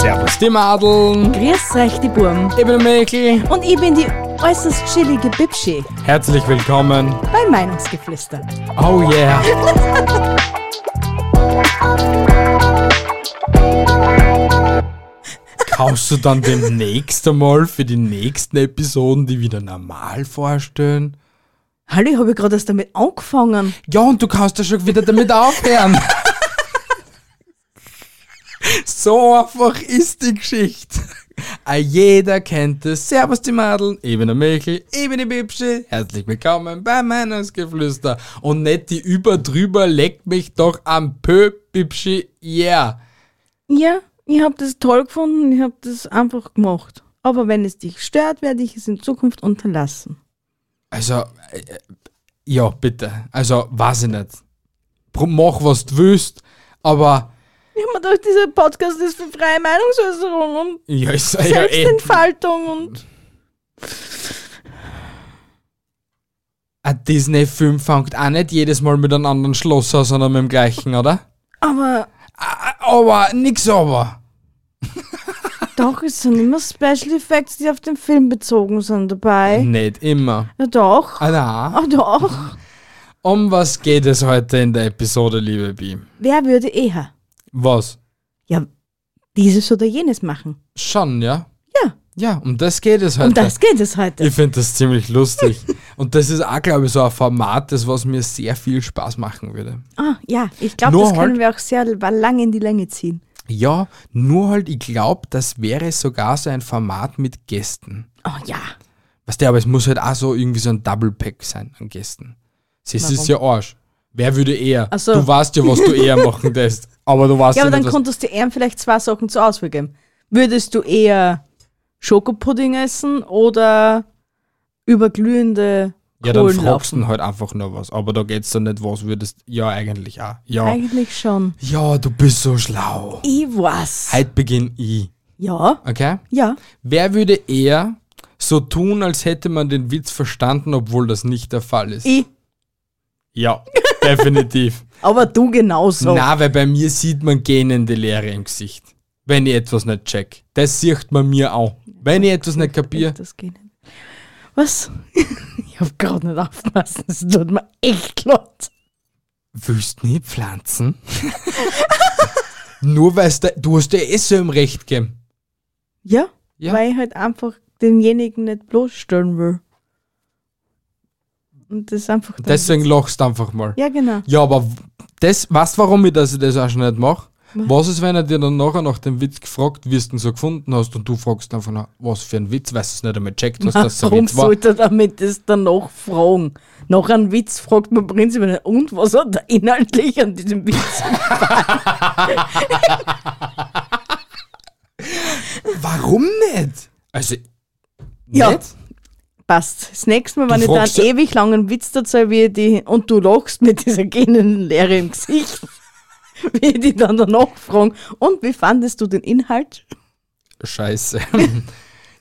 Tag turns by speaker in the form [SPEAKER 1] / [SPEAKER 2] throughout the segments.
[SPEAKER 1] Servus die Madeln,
[SPEAKER 2] Grüß euch, die Burm.
[SPEAKER 1] ich bin der Mäkel.
[SPEAKER 2] Und ich bin die äußerst chillige Bibschi
[SPEAKER 1] Herzlich willkommen.
[SPEAKER 2] bei Meinungsgeflüster.
[SPEAKER 1] Oh yeah. Kaufst du dann demnächst einmal für die nächsten Episoden, die wieder normal vorstellen?
[SPEAKER 2] Hallo, ich habe gerade erst damit angefangen.
[SPEAKER 1] Ja, und du kannst ja schon wieder damit aufhören. so einfach ist die Geschichte. Ah, Jeder kennt es. Servus die Madeln, ich bin der Michel, ich bin die Bibsche. Herzlich willkommen bei Meinungsgeflüster. Und nicht die Überdrüber leckt mich doch am Pö, Bibsche, yeah.
[SPEAKER 2] Ja, ich habe das toll gefunden, ich habe das einfach gemacht. Aber wenn es dich stört, werde ich es in Zukunft unterlassen.
[SPEAKER 1] Also, äh, äh, ja, bitte. Also, weiß ich nicht. Pro- Mach, was du willst, aber...
[SPEAKER 2] Ich habe mir gedacht, dieser Podcast ist für freie Meinungsäußerung und
[SPEAKER 1] Ja, ich sag ja eh...
[SPEAKER 2] Selbstentfaltung und...
[SPEAKER 1] Ein Disney-Film Ah, fängt auch nicht jedes Mal mit einem anderen Schloss an, sondern mit dem gleichen, oder?
[SPEAKER 2] Aber
[SPEAKER 1] Ah, Aber, nix aber.
[SPEAKER 2] doch, es sind immer Special Effects, die auf den Film bezogen sind dabei.
[SPEAKER 1] Nicht immer.
[SPEAKER 2] Ja, doch.
[SPEAKER 1] Mhm. Ah, na.
[SPEAKER 2] Ah, doch.
[SPEAKER 1] Um was geht es heute in der Episode, liebe Bi?
[SPEAKER 2] Wer würde eher?
[SPEAKER 1] Was?
[SPEAKER 2] Ja, dieses oder jenes machen.
[SPEAKER 1] Schon, ja?
[SPEAKER 2] Ja,
[SPEAKER 1] Ja, um das geht es heute.
[SPEAKER 2] um das geht es heute.
[SPEAKER 1] Ich finde das ziemlich lustig. Und das ist auch, glaube ich, so ein Format, das was mir sehr viel Spaß machen würde.
[SPEAKER 2] Ah, ja, ich glaube,
[SPEAKER 1] Nur
[SPEAKER 2] das können
[SPEAKER 1] halt-
[SPEAKER 2] wir auch sehr lang in die Länge ziehen.
[SPEAKER 1] Ja, nur halt, ich glaube, das wäre sogar so ein Format mit Gästen.
[SPEAKER 2] Oh ja.
[SPEAKER 1] Weißt du, aber es muss halt auch so irgendwie so ein Double Pack sein an Gästen. Es
[SPEAKER 2] Warum?
[SPEAKER 1] ist ja Arsch. Wer würde eher?
[SPEAKER 2] Ach so.
[SPEAKER 1] Du weißt ja, was du eher machen lässt. Aber du weißt
[SPEAKER 2] Ja,
[SPEAKER 1] ja,
[SPEAKER 2] aber dann
[SPEAKER 1] nicht, was-
[SPEAKER 2] konntest du eher vielleicht zwei Sachen zur Auswahl geben. Würdest du eher Schokopudding essen oder überglühende
[SPEAKER 1] ja, dann
[SPEAKER 2] Kohlen
[SPEAKER 1] fragst
[SPEAKER 2] laufen?
[SPEAKER 1] du halt einfach nur was. Aber da geht's dann nicht, was würdest. Ja, eigentlich auch. Ja.
[SPEAKER 2] Eigentlich schon.
[SPEAKER 1] ja, du bist so schlau.
[SPEAKER 2] Ich weiß.
[SPEAKER 1] Heute beginn ich.
[SPEAKER 2] Ja,
[SPEAKER 1] Okay?
[SPEAKER 2] ja.
[SPEAKER 1] Wer würde eher so tun, als hätte man den Witz verstanden, obwohl das nicht der Fall ist?
[SPEAKER 2] Ich.
[SPEAKER 1] Ja, definitiv.
[SPEAKER 2] Aber du genauso.
[SPEAKER 1] Na, weil bei mir sieht man gähnende Leere im Gesicht, wenn ich etwas nicht check. Das sieht man mir auch. Wenn ich etwas nicht kapiere,
[SPEAKER 2] Das geht nicht. Was? ich hab gerade nicht aufgepasst. Das tut mir echt leid.
[SPEAKER 1] willst du nicht pflanzen? Nur weil du hast dir eh so im Recht gegeben.
[SPEAKER 2] Ja,
[SPEAKER 1] Ja.
[SPEAKER 2] weil ich halt einfach denjenigen nicht bloßstellen will. Und das ist einfach. dann-
[SPEAKER 1] Deswegen lachst du einfach mal.
[SPEAKER 2] Ja, genau.
[SPEAKER 1] Ja, aber w- das, weißt du, warum ich das, das auch schon nicht mache? Was ist, wenn er dir dann nachher nach dem Witz gefragt, wie du ihn so gefunden hast und du fragst einfach, nach, was für ein Witz, weißt du es nicht einmal checkt, was das so
[SPEAKER 2] Ah, Warum
[SPEAKER 1] Witz war?
[SPEAKER 2] sollte er damit das danach fragen? Nach einem Witz fragt man prinzipiell nicht, und was hat er inhaltlich an diesem Witz?
[SPEAKER 1] Warum nicht? Also,
[SPEAKER 2] Ja.
[SPEAKER 1] nicht?
[SPEAKER 2] Passt. Das nächste Mal, wenn
[SPEAKER 1] Du
[SPEAKER 2] ich da
[SPEAKER 1] fragst
[SPEAKER 2] einen ewig langen Witz dazu habe, wie ich die, und du lachst mit dieser gähnenden Leere im Gesicht, wie ich die dann danach fragen, und wie fandest du den Inhalt?
[SPEAKER 1] Scheiße.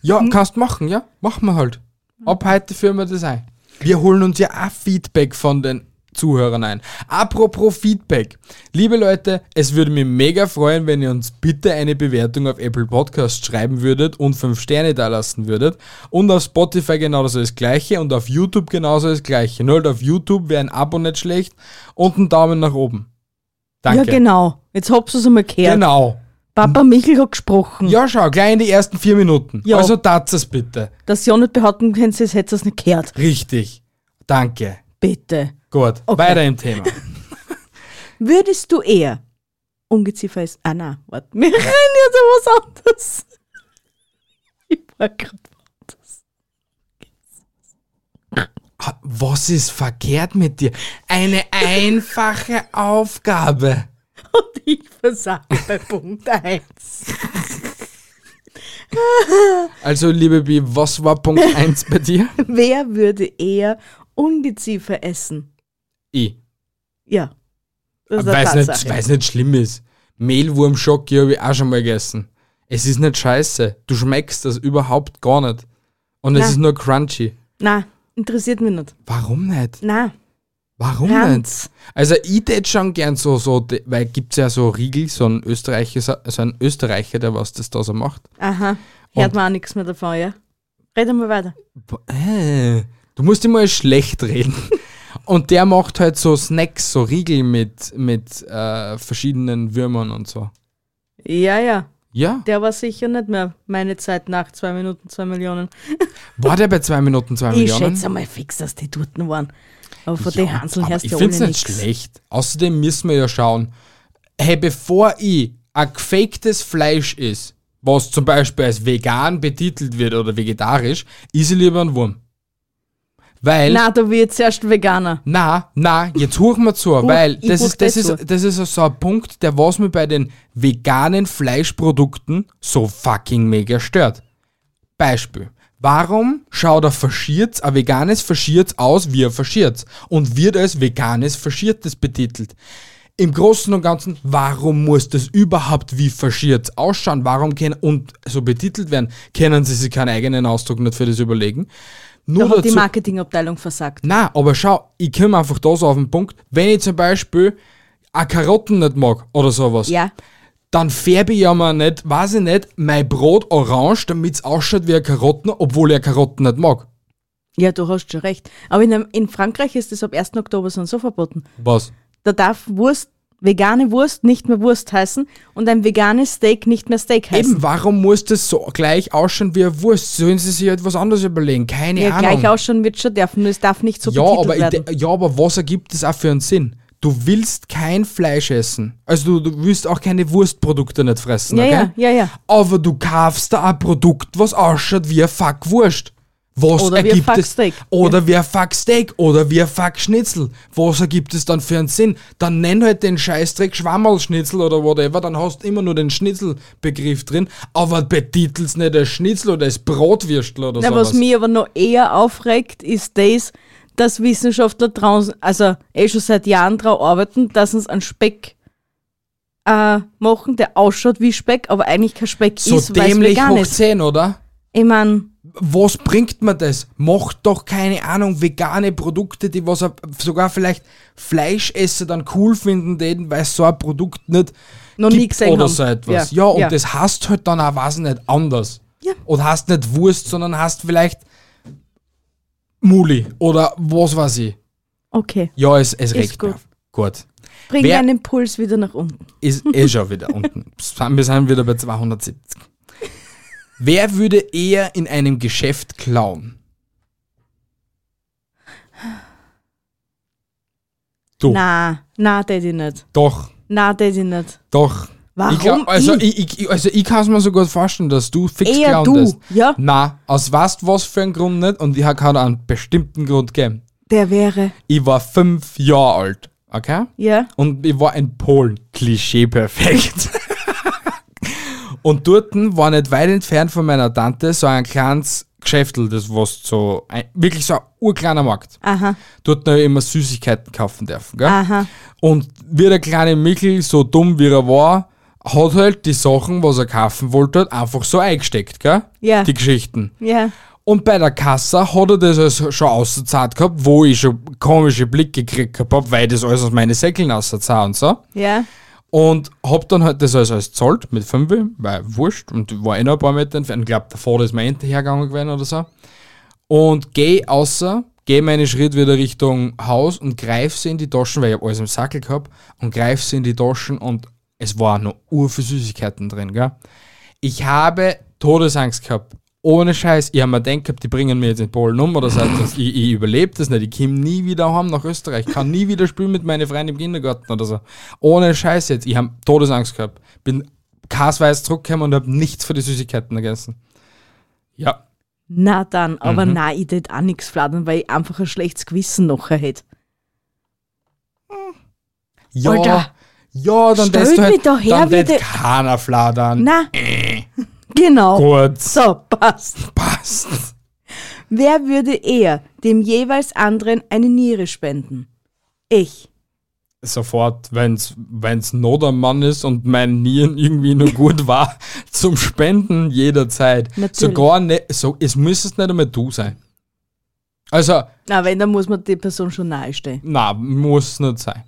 [SPEAKER 1] ja,
[SPEAKER 2] Hm.
[SPEAKER 1] kannst machen, ja? Machen wir halt. Ab heute führen wir das ein. Wir holen uns ja auch Feedback von den Zuhörern ein. Apropos Feedback. Liebe Leute, es würde mich mega freuen, wenn ihr uns bitte eine Bewertung auf Apple Podcasts schreiben würdet und 5 Sterne da lassen würdet. Und auf Spotify genauso das gleiche und auf YouTube genauso das gleiche. Nur halt auf YouTube wäre ein Abo nicht schlecht und ein Daumen nach oben. Danke.
[SPEAKER 2] Ja, genau. Jetzt habst du es einmal gehört.
[SPEAKER 1] Genau.
[SPEAKER 2] Papa Michel hat gesprochen.
[SPEAKER 1] Ja, schau, gleich in die ersten vier Minuten.
[SPEAKER 2] Ja.
[SPEAKER 1] Also tat es bitte.
[SPEAKER 2] Dass sie auch nicht behaupten können, sie hätten es nicht gehört.
[SPEAKER 1] Richtig. Danke.
[SPEAKER 2] Bitte.
[SPEAKER 1] Gut.
[SPEAKER 2] Okay.
[SPEAKER 1] Weiter im Thema.
[SPEAKER 2] Würdest du eher Ungeziefer ist. Ah, nein, warte. Wir reden jetzt über was anderes. Ich war gerade.
[SPEAKER 1] Ah, Was ist verkehrt mit dir? Eine einfache Aufgabe.
[SPEAKER 2] Und ich versage bei Punkt 1.
[SPEAKER 1] Also, liebe Bi, was war Punkt 1 bei dir?
[SPEAKER 2] Wer würde eher Ungeziefer essen?
[SPEAKER 1] Ich.
[SPEAKER 2] Ja. Das ist eine
[SPEAKER 1] Weil es nicht,
[SPEAKER 2] Tatsache.
[SPEAKER 1] weil's nicht schlimm ist. Mehlwurmschocke habe ich auch schon mal gegessen. Es ist nicht scheiße. Du schmeckst das überhaupt gar nicht. Und es
[SPEAKER 2] Nein.
[SPEAKER 1] ist nur crunchy.
[SPEAKER 2] Nein, interessiert mich nicht.
[SPEAKER 1] Warum nicht?
[SPEAKER 2] Nein.
[SPEAKER 1] Warum
[SPEAKER 2] Ganz.
[SPEAKER 1] nicht? Also ich tät schon gern so, so de- weil gibt's ja so Riegel, so ein Österreicher, so ein Österreicher, der was das da so macht.
[SPEAKER 2] Aha. Hört
[SPEAKER 1] Und-
[SPEAKER 2] man auch nichts mehr davon, ja? Red mal weiter.
[SPEAKER 1] Bo- äh, Du musst immer schlecht reden. Und der macht halt so Snacks, so Riegel mit, mit äh, verschiedenen Würmern und so.
[SPEAKER 2] Ja, ja.
[SPEAKER 1] Ja,
[SPEAKER 2] Der war sicher nicht mehr meine Zeit nach zwei Minuten, zwei Millionen.
[SPEAKER 1] war der bei zwei Minuten zwei
[SPEAKER 2] Ich
[SPEAKER 1] Millionen?
[SPEAKER 2] schätze mal fix, dass die dort waren. Aber von
[SPEAKER 1] Ja,
[SPEAKER 2] den Hanseln
[SPEAKER 1] aber
[SPEAKER 2] hörst du
[SPEAKER 1] Ich
[SPEAKER 2] ja
[SPEAKER 1] finde es
[SPEAKER 2] alle
[SPEAKER 1] nicht
[SPEAKER 2] nichts.
[SPEAKER 1] schlecht. Außerdem müssen wir ja schauen, hey, bevor ich ein gefaktes Fleisch ist, was zum Beispiel als vegan betitelt wird oder vegetarisch, ist ich lieber ein Wurm. Weil, na,
[SPEAKER 2] Na, da wird jetzt erst Veganer.
[SPEAKER 1] na, jetzt hoch mal zu, weil
[SPEAKER 2] ich
[SPEAKER 1] das
[SPEAKER 2] huch
[SPEAKER 1] ist, das,
[SPEAKER 2] gleich
[SPEAKER 1] ist,
[SPEAKER 2] zu.
[SPEAKER 1] das ist so ein Punkt, der was mir bei den veganen Fleischprodukten so fucking mega stört. Beispiel. Warum schaut ein Faschiertz, ein veganes Faschiertz aus wie ein Faschiertz und wird als veganes Faschiertes betitelt? Im Großen und Ganzen, warum muss das überhaupt wie Faschiertz ausschauen? Warum können, und so betitelt werden? Können sie sich keinen eigenen Ausdruck nicht für das überlegen? Nur
[SPEAKER 2] Da hat die
[SPEAKER 1] dazu,
[SPEAKER 2] Marketingabteilung versagt.
[SPEAKER 1] na, aber schau, ich komme einfach da so auf den Punkt, wenn ich zum Beispiel a Karotten nicht mag oder sowas,
[SPEAKER 2] Ja.
[SPEAKER 1] dann färbe ich ja mal nicht, weiß ich nicht, mein Brot orange, damit es ausschaut wie eine Karotten, obwohl ich eine Karotten nicht mag.
[SPEAKER 2] Ja, du hast schon recht. Aber in, einem- in Frankreich ist das ab 1. Oktober so und so verboten.
[SPEAKER 1] Was?
[SPEAKER 2] Da darf Wurst, vegane Wurst nicht mehr Wurst heißen und ein veganes Steak nicht mehr Steak heißen.
[SPEAKER 1] Eben, warum muss das so gleich ausschauen wie eine Wurst? Sollen sie sich etwas anderes überlegen? Keine
[SPEAKER 2] ja,
[SPEAKER 1] Ahnung.
[SPEAKER 2] gleich ausschauen wird schon dürfen, nur es darf nicht so
[SPEAKER 1] ja,
[SPEAKER 2] betitelt
[SPEAKER 1] aber, ich
[SPEAKER 2] werden.
[SPEAKER 1] de- ja, aber was ergibt das auch für einen Sinn? Du willst kein Fleisch essen. Also du, du willst auch keine Wurstprodukte nicht fressen,
[SPEAKER 2] Ja,
[SPEAKER 1] okay?
[SPEAKER 2] ja, ja, ja.
[SPEAKER 1] Aber du kaufst da ein Produkt, was ausschaut wie ein Fuckwurst. Was
[SPEAKER 2] Oder wie ein
[SPEAKER 1] ergibt es?
[SPEAKER 2] Fucksteak.
[SPEAKER 1] Oder wie ein Fucksteak oder wie ein Fuckschnitzel. Was ergibt es dann für einen Sinn? Dann nenn halt den Scheißdreck Schwammerlschnitzel oder whatever, dann hast du immer nur den Schnitzelbegriff drin, aber betitelst nicht als Schnitzel oder als Brotwürstel oder
[SPEAKER 2] Na,
[SPEAKER 1] sowas.
[SPEAKER 2] was mich aber noch eher aufregt, ist das, dass Wissenschaftler draußen, also eh schon seit Jahren daran arbeiten, dass uns einen Speck äh, machen, der ausschaut wie Speck, aber eigentlich kein Speck
[SPEAKER 1] so
[SPEAKER 2] ist, weil es
[SPEAKER 1] dämlich
[SPEAKER 2] vegan
[SPEAKER 1] hoch
[SPEAKER 2] ist.
[SPEAKER 1] 10, oder?
[SPEAKER 2] Ich mein,
[SPEAKER 1] was bringt mir das? Macht doch keine Ahnung, vegane Produkte, die was ab- sogar vielleicht Fleischesser dann cool finden, denen, weil es so ein Produkt nicht
[SPEAKER 2] Noch nie gesehen
[SPEAKER 1] oder
[SPEAKER 2] haben.
[SPEAKER 1] so etwas. Ja,
[SPEAKER 2] Ja,
[SPEAKER 1] und
[SPEAKER 2] ja.
[SPEAKER 1] das hast halt dann auch, weiß ich nicht, anders.
[SPEAKER 2] Ja.
[SPEAKER 1] Und hast nicht Wurst, sondern hast vielleicht Muli oder was weiß ich.
[SPEAKER 2] okay,
[SPEAKER 1] Ja, es, es regt
[SPEAKER 2] gut.
[SPEAKER 1] mich auf. Gut.
[SPEAKER 2] bring
[SPEAKER 1] Wer-
[SPEAKER 2] einen Impuls wieder nach unten.
[SPEAKER 1] Ist eh schon wieder unten. Wir sind wieder bei 270. Wer würde eher in einem Geschäft klauen? Du.
[SPEAKER 2] Na, na, tät ich nicht.
[SPEAKER 1] Doch,
[SPEAKER 2] Na, tät ich nicht.
[SPEAKER 1] doch.
[SPEAKER 2] Warum
[SPEAKER 1] Ich glaub, also,
[SPEAKER 2] ich?
[SPEAKER 1] ich, ich, ich, also ich kann es mir so gut vorstellen, dass du fix
[SPEAKER 2] Eher
[SPEAKER 1] klauen
[SPEAKER 2] du,
[SPEAKER 1] wirst.
[SPEAKER 2] ja.
[SPEAKER 1] Na, aus was was für einen Grund nicht und ich kann auch einen bestimmten Grund geben.
[SPEAKER 2] Der wäre,
[SPEAKER 1] Ich war fünf Jahre alt, okay?
[SPEAKER 2] ja,
[SPEAKER 1] Und ich war in Polen. Klischee perfekt. und dort war nicht weit entfernt von meiner Tante so ein kleines Geschäftel, das was so, ein, wirklich so ein urkleiner Markt.
[SPEAKER 2] aha,
[SPEAKER 1] Dort habe ich immer Süßigkeiten kaufen dürfen, gell?
[SPEAKER 2] aha.
[SPEAKER 1] Und wie der kleine Mickel, so dumm wie er war, hat halt die Sachen, was er kaufen wollte, hat einfach so eingesteckt, gell?
[SPEAKER 2] Ja.
[SPEAKER 1] Die Geschichten.
[SPEAKER 2] Ja,
[SPEAKER 1] Und bei der Kasse hat er das also schon ausgezahlt gehabt, wo ich schon komische Blicke gekriegt habe, weil das alles aus meinen Säckeln ausgezahlt und so.
[SPEAKER 2] ja,
[SPEAKER 1] Und hab dann halt das alles als zahlt mit 5, weil wurscht und war eh noch ein paar Meter entfernt. Ich glaub, der Vater ist mir hinterhergegangen gewesen oder so. Und geh außer, geh meinen Schritt wieder Richtung Haus und greif sie in die Taschen, weil ich hab alles im Sackel gehabt, und greif sie in die Taschen und es war noch ur für Süßigkeiten drin, gell? Ich habe Todesangst gehabt. Ohne Scheiß, ich habe mir gedacht, gehabt, die bringen mir jetzt in Polen um oder so etwas. Ich, ich überlebe das nicht. Ich komme nie wieder heim nach Österreich. kann nie wieder spielen mit meinen Freunden im Kindergarten oder so. Ohne Scheiß jetzt. Ich habe Todesangst gehabt. Bin kasweiß zurückgekommen und habe nichts für die Süßigkeiten gegessen. Ja,
[SPEAKER 2] Na dann, aber
[SPEAKER 1] Mhm.
[SPEAKER 2] na, ich tät auch nichts fladern, weil ich einfach ein schlechtes Gewissen nachher hätte.
[SPEAKER 1] Ja,
[SPEAKER 2] Alter.
[SPEAKER 1] ja, dann
[SPEAKER 2] Stellt
[SPEAKER 1] wirst du
[SPEAKER 2] mich
[SPEAKER 1] halt,
[SPEAKER 2] doch her,
[SPEAKER 1] dann
[SPEAKER 2] wie
[SPEAKER 1] wirst
[SPEAKER 2] die-
[SPEAKER 1] keiner fladern.
[SPEAKER 2] Na, Genau.
[SPEAKER 1] Kurz.
[SPEAKER 2] So, passt.
[SPEAKER 1] Passt.
[SPEAKER 2] Wer würde eher dem jeweils anderen eine Niere spenden? Ich.
[SPEAKER 1] Sofort, wenn's, wenn's not am Mann ist und mein Nieren irgendwie nur gut war, zum Spenden jederzeit.
[SPEAKER 2] Natürlich.
[SPEAKER 1] Sogar ne, so, es müsste es nicht einmal du sein. Also,
[SPEAKER 2] Na, wenn, dann muss man die Person schon nahestehen.
[SPEAKER 1] na, muss nicht sein.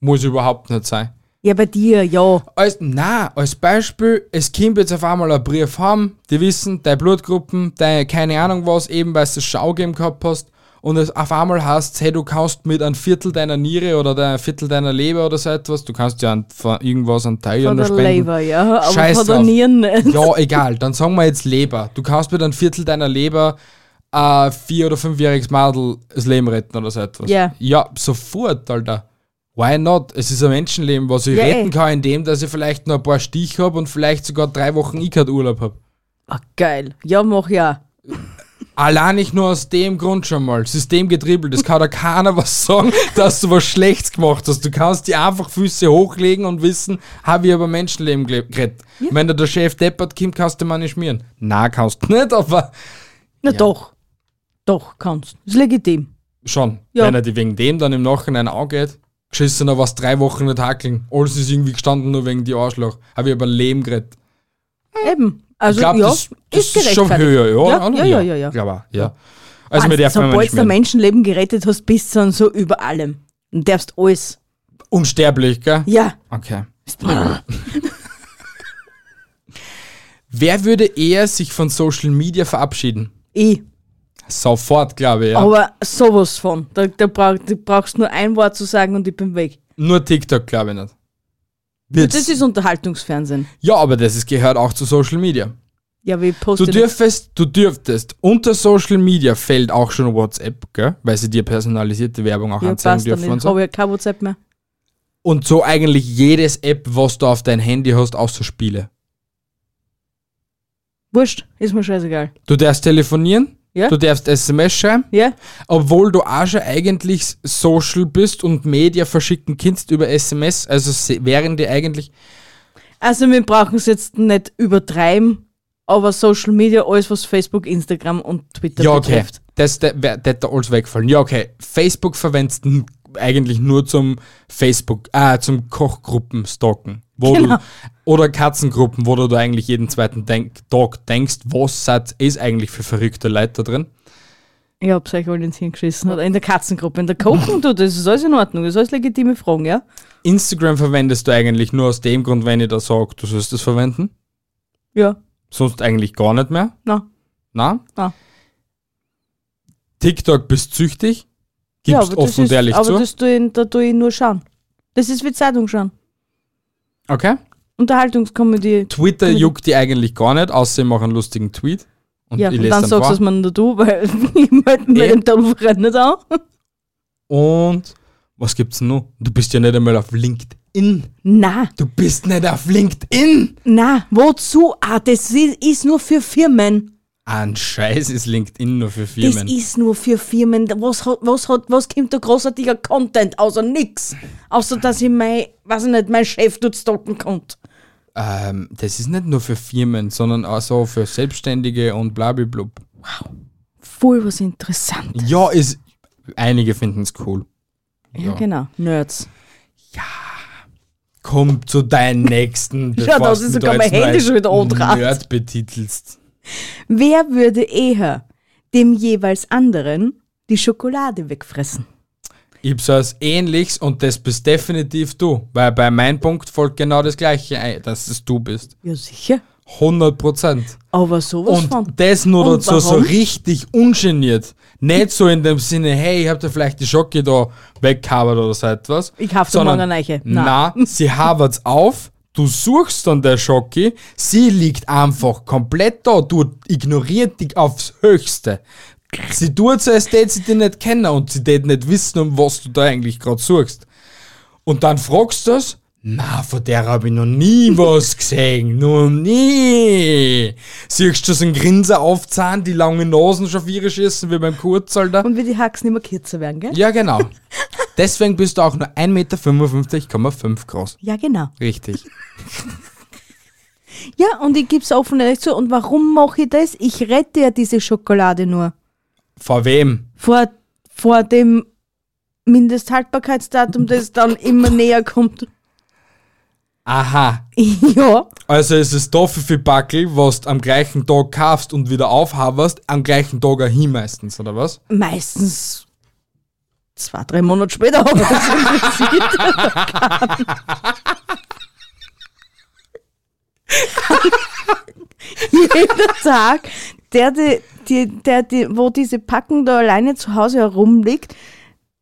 [SPEAKER 1] Muss überhaupt nicht sein.
[SPEAKER 2] Ja, bei dir, ja.
[SPEAKER 1] Als, na, als Beispiel, es kommt jetzt auf einmal ein Brief haben, die wissen, deine Blutgruppen, deine, keine Ahnung was, eben weil du das Schau gegeben gehabt hast, und es auf einmal heißt, hey, du kannst mit einem Viertel deiner Niere oder dein Viertel deiner Leber oder so etwas, du kannst ja an, von irgendwas an Teil
[SPEAKER 2] Von
[SPEAKER 1] oder
[SPEAKER 2] der
[SPEAKER 1] spenden.
[SPEAKER 2] Leber, ja. Aber
[SPEAKER 1] Scheiß
[SPEAKER 2] von der
[SPEAKER 1] drauf.
[SPEAKER 2] Nieren nicht.
[SPEAKER 1] Ja, egal, dann sagen wir jetzt Leber. Du kannst mit einem Viertel deiner Leber ein vier- oder fünfjähriges Madel das Leben retten oder so etwas.
[SPEAKER 2] Ja.
[SPEAKER 1] Ja, sofort, Alter. Why not? Es ist ein Menschenleben, was ich
[SPEAKER 2] Ja,
[SPEAKER 1] retten
[SPEAKER 2] eh.
[SPEAKER 1] kann, indem dass ich vielleicht noch ein paar Stich habe und vielleicht sogar drei Wochen halt ICAT-Urlaub habe.
[SPEAKER 2] Ah, geil. Ja, mach ja.
[SPEAKER 1] Allein nicht nur aus dem Grund schon mal. Systemgetribbelt, das kann da keiner was sagen, dass du was Schlechtes gemacht hast. Du kannst dir einfach Füße hochlegen und wissen, habe ich aber Menschenleben gele- gerettet. Wenn da der Chef deppert kommt, kannst du mal nicht schmieren. Na, kannst du nicht, aber
[SPEAKER 2] Na doch. Doch, kannst. Ist legitim.
[SPEAKER 1] Schon.
[SPEAKER 2] Ja.
[SPEAKER 1] Wenn er die wegen dem dann im Nachhinein angeht, geschissener was drei Wochen nicht hackeln. Alles ist irgendwie gestanden, nur wegen die Arschloch. Habe ich über Leben geredet.
[SPEAKER 2] Eben.
[SPEAKER 1] Hm.
[SPEAKER 2] Also,
[SPEAKER 1] ich glaube,
[SPEAKER 2] ja,
[SPEAKER 1] das, das
[SPEAKER 2] ist
[SPEAKER 1] ist schon
[SPEAKER 2] gerechtfertigt.
[SPEAKER 1] höher, ja?
[SPEAKER 2] Ja,
[SPEAKER 1] oder?
[SPEAKER 2] ja, ja, ja, ja.
[SPEAKER 1] Glaub auch, ja. Also, mir darf man
[SPEAKER 2] Sobald
[SPEAKER 1] nicht
[SPEAKER 2] du ein
[SPEAKER 1] mehr.
[SPEAKER 2] Menschenleben gerettet hast, bist du dann so über allem. Und darfst alles.
[SPEAKER 1] Unsterblich, gell?
[SPEAKER 2] Ja.
[SPEAKER 1] Okay. Wer würde eher sich von Social Media verabschieden?
[SPEAKER 2] Ich.
[SPEAKER 1] Sofort, glaube ich, ja.
[SPEAKER 2] Aber sowas von. Da, da, brauch, du brauchst nur ein Wort zu sagen und ich bin weg.
[SPEAKER 1] Nur TikTok, glaube ich nicht. Wird's.
[SPEAKER 2] Das ist Unterhaltungsfernsehen.
[SPEAKER 1] ja, aber das ist, gehört auch zu Social Media.
[SPEAKER 2] Ja, wir
[SPEAKER 1] Du
[SPEAKER 2] posten.
[SPEAKER 1] dürfest, du dürftest, unter Social Media fällt auch schon WhatsApp, gell? Weil sie dir personalisierte Werbung auch
[SPEAKER 2] ja,
[SPEAKER 1] anzeigen
[SPEAKER 2] passt dann
[SPEAKER 1] dürfen und
[SPEAKER 2] nicht.
[SPEAKER 1] so.
[SPEAKER 2] Habe ja keine WhatsApp mehr.
[SPEAKER 1] Und so eigentlich jedes App, was du auf dein Handy hast, außer Spiele.
[SPEAKER 2] Wurscht, ist mir scheißegal.
[SPEAKER 1] Du darfst telefonieren,
[SPEAKER 2] Ja.
[SPEAKER 1] du darfst SMS schreiben,
[SPEAKER 2] Ja?
[SPEAKER 1] obwohl du auch schon eigentlich Social bist und Media verschicken kannst über SMS, also se- wären die eigentlich,
[SPEAKER 2] Also wir brauchen es jetzt nicht übertreiben, aber Social Media, alles was Facebook, Instagram und Twitter
[SPEAKER 1] ja okay,
[SPEAKER 2] betrifft.
[SPEAKER 1] das der- wär- das da alles wegfallen. Ja okay, Facebook verwendest du eigentlich nur zum Facebook, ah, zum Kochgruppen stalken. Wo
[SPEAKER 2] Genau.
[SPEAKER 1] du, oder Katzengruppen, wo du da eigentlich jeden zweiten Denk Tag denkst, was seid- ist eigentlich für verrückte Leute da drin.
[SPEAKER 2] Ich hab's euch alle ins Hingeschissen. In der Katzengruppe, in der Kochen, du, das ist alles in Ordnung, das ist alles legitime Fragen, ja?
[SPEAKER 1] Instagram verwendest du eigentlich nur aus dem Grund, wenn ich da sage, du sollst es verwenden.
[SPEAKER 2] Ja,
[SPEAKER 1] Sonst eigentlich gar nicht mehr.
[SPEAKER 2] na.
[SPEAKER 1] Na?
[SPEAKER 2] Ah.
[SPEAKER 1] TikTok bist süchtig.
[SPEAKER 2] ja,
[SPEAKER 1] Gibst offen und
[SPEAKER 2] ist,
[SPEAKER 1] ehrlich
[SPEAKER 2] aber
[SPEAKER 1] zu.
[SPEAKER 2] das tue ich, da tue ich nur schauen. Das ist wie Zeitung schauen.
[SPEAKER 1] Okay.
[SPEAKER 2] Unterhaltungskomödie.
[SPEAKER 1] Twitter
[SPEAKER 2] Genau.
[SPEAKER 1] juckt die eigentlich gar nicht, außer ich mache einen lustigen Tweet. Und
[SPEAKER 2] ja,
[SPEAKER 1] ich
[SPEAKER 2] und
[SPEAKER 1] lese
[SPEAKER 2] dann
[SPEAKER 1] dann,
[SPEAKER 2] sagst du
[SPEAKER 1] vor.
[SPEAKER 2] es mir nur du, weil ich melde mir
[SPEAKER 1] Eh.
[SPEAKER 2] den Teufel nicht an.
[SPEAKER 1] Und was gibt's denn noch? Du bist ja nicht einmal auf LinkedIn.
[SPEAKER 2] Na,
[SPEAKER 1] Du bist nicht auf LinkedIn!
[SPEAKER 2] na, wozu? Ah, das i- ist nur für Firmen.
[SPEAKER 1] Ein Scheiß ist LinkedIn nur für
[SPEAKER 2] Das
[SPEAKER 1] Firmen.
[SPEAKER 2] ist nur für Firmen. Was, hat- was, hat, was kommt da großartiger Content außer nix? Außer, dass ich mein, weiß ich nicht, mein Chef dort stalken konnte.
[SPEAKER 1] ähm, das ist nicht nur für Firmen, sondern auch so für Selbstständige und blablabla.
[SPEAKER 2] Voll was interessant.
[SPEAKER 1] Ja, ist. Einige finden es cool.
[SPEAKER 2] Ja, genau. Nerds.
[SPEAKER 1] Komm zu deinem nächsten.
[SPEAKER 2] Schau, da ist sogar mein Handy schon wieder angerannt.
[SPEAKER 1] Nerd betitelst.
[SPEAKER 2] Wer würde eher dem jeweils anderen die Schokolade wegfressen?
[SPEAKER 1] Ich hab so was ähnliches und das bist definitiv du. Weil bei meinem Punkt folgt genau das gleiche ein, dass es du bist.
[SPEAKER 2] Ja, sicher.
[SPEAKER 1] 100 Prozent.
[SPEAKER 2] Aber sowas von.
[SPEAKER 1] Und das nur
[SPEAKER 2] Und
[SPEAKER 1] dazu so
[SPEAKER 2] warum?
[SPEAKER 1] richtig ungeniert. Nicht so in dem Sinne, hey, ich hab da vielleicht die Schocke da weggehabert oder so etwas.
[SPEAKER 2] Ich hab da
[SPEAKER 1] Sondern,
[SPEAKER 2] morgen eine Eiche.
[SPEAKER 1] Na,
[SPEAKER 2] Na.
[SPEAKER 1] sie habert's auf, du suchst dann der Schocke, sie liegt einfach komplett da, du ignoriert dich aufs Höchste. Sie tut so, als tät sie dich nicht kennen und sie tät nicht wissen, um was du da eigentlich gerade suchst. Und dann fragst du es, na, von der habe ich noch nie was gesehen, noch nie. Siehst du so einen Grinser aufzahlen, die langen Nasen schon vier schießen, wie beim Kurz, Alter.
[SPEAKER 2] Und wie die Haxen immer kürzer werden, gell?
[SPEAKER 1] Ja, genau. Deswegen bist du auch nur 1,55 Meter groß.
[SPEAKER 2] Ja, genau.
[SPEAKER 1] Richtig.
[SPEAKER 2] Ja, und ich gebe es offen und ehrlich zu. Und warum mache ich das? Ich rette ja diese Schokolade nur.
[SPEAKER 1] Vor wem?
[SPEAKER 2] Vor, vor dem Mindesthaltbarkeitsdatum, das dann immer näher kommt.
[SPEAKER 1] Aha.
[SPEAKER 2] ja,
[SPEAKER 1] Also ist es Toffifee-Backel, was du am gleichen Tag kaufst und wieder aufhaberst, am gleichen Tag auch hin meistens, oder was?
[SPEAKER 2] meistens zwei, drei Monate später. Aber das interessiert ja keinen. Jeder Tag, der, die, die, der die, wo diese Packung da alleine zu Hause herumliegt,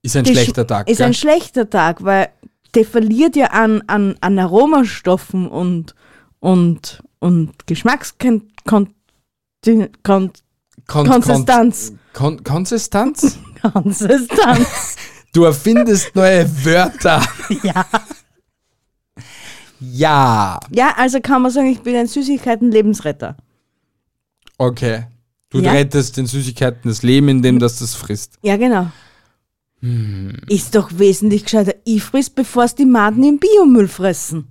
[SPEAKER 1] Ist ein
[SPEAKER 2] die Sch-
[SPEAKER 1] schlechter Tag,
[SPEAKER 2] Ist
[SPEAKER 1] gell?
[SPEAKER 2] ein schlechter Tag, weil der verliert ja an, an, an Aromastoffen und, und, und Geschmackskonsistenz.
[SPEAKER 1] Kon- kon-
[SPEAKER 2] Konsistenz.
[SPEAKER 1] Kon Konsistenz?
[SPEAKER 2] Konsistenz.
[SPEAKER 1] Du erfindest neue Wörter.
[SPEAKER 2] ja.
[SPEAKER 1] Ja.
[SPEAKER 2] Ja, also kann man sagen, ich bin ein Süßigkeiten-Lebensretter.
[SPEAKER 1] Okay. Du
[SPEAKER 2] Ja.
[SPEAKER 1] rettest den Süßigkeiten das Leben, indem das das frisst.
[SPEAKER 2] Ja, genau. Ist doch wesentlich gescheiter. Ich friss, bevor es die Maden im Biomüll fressen.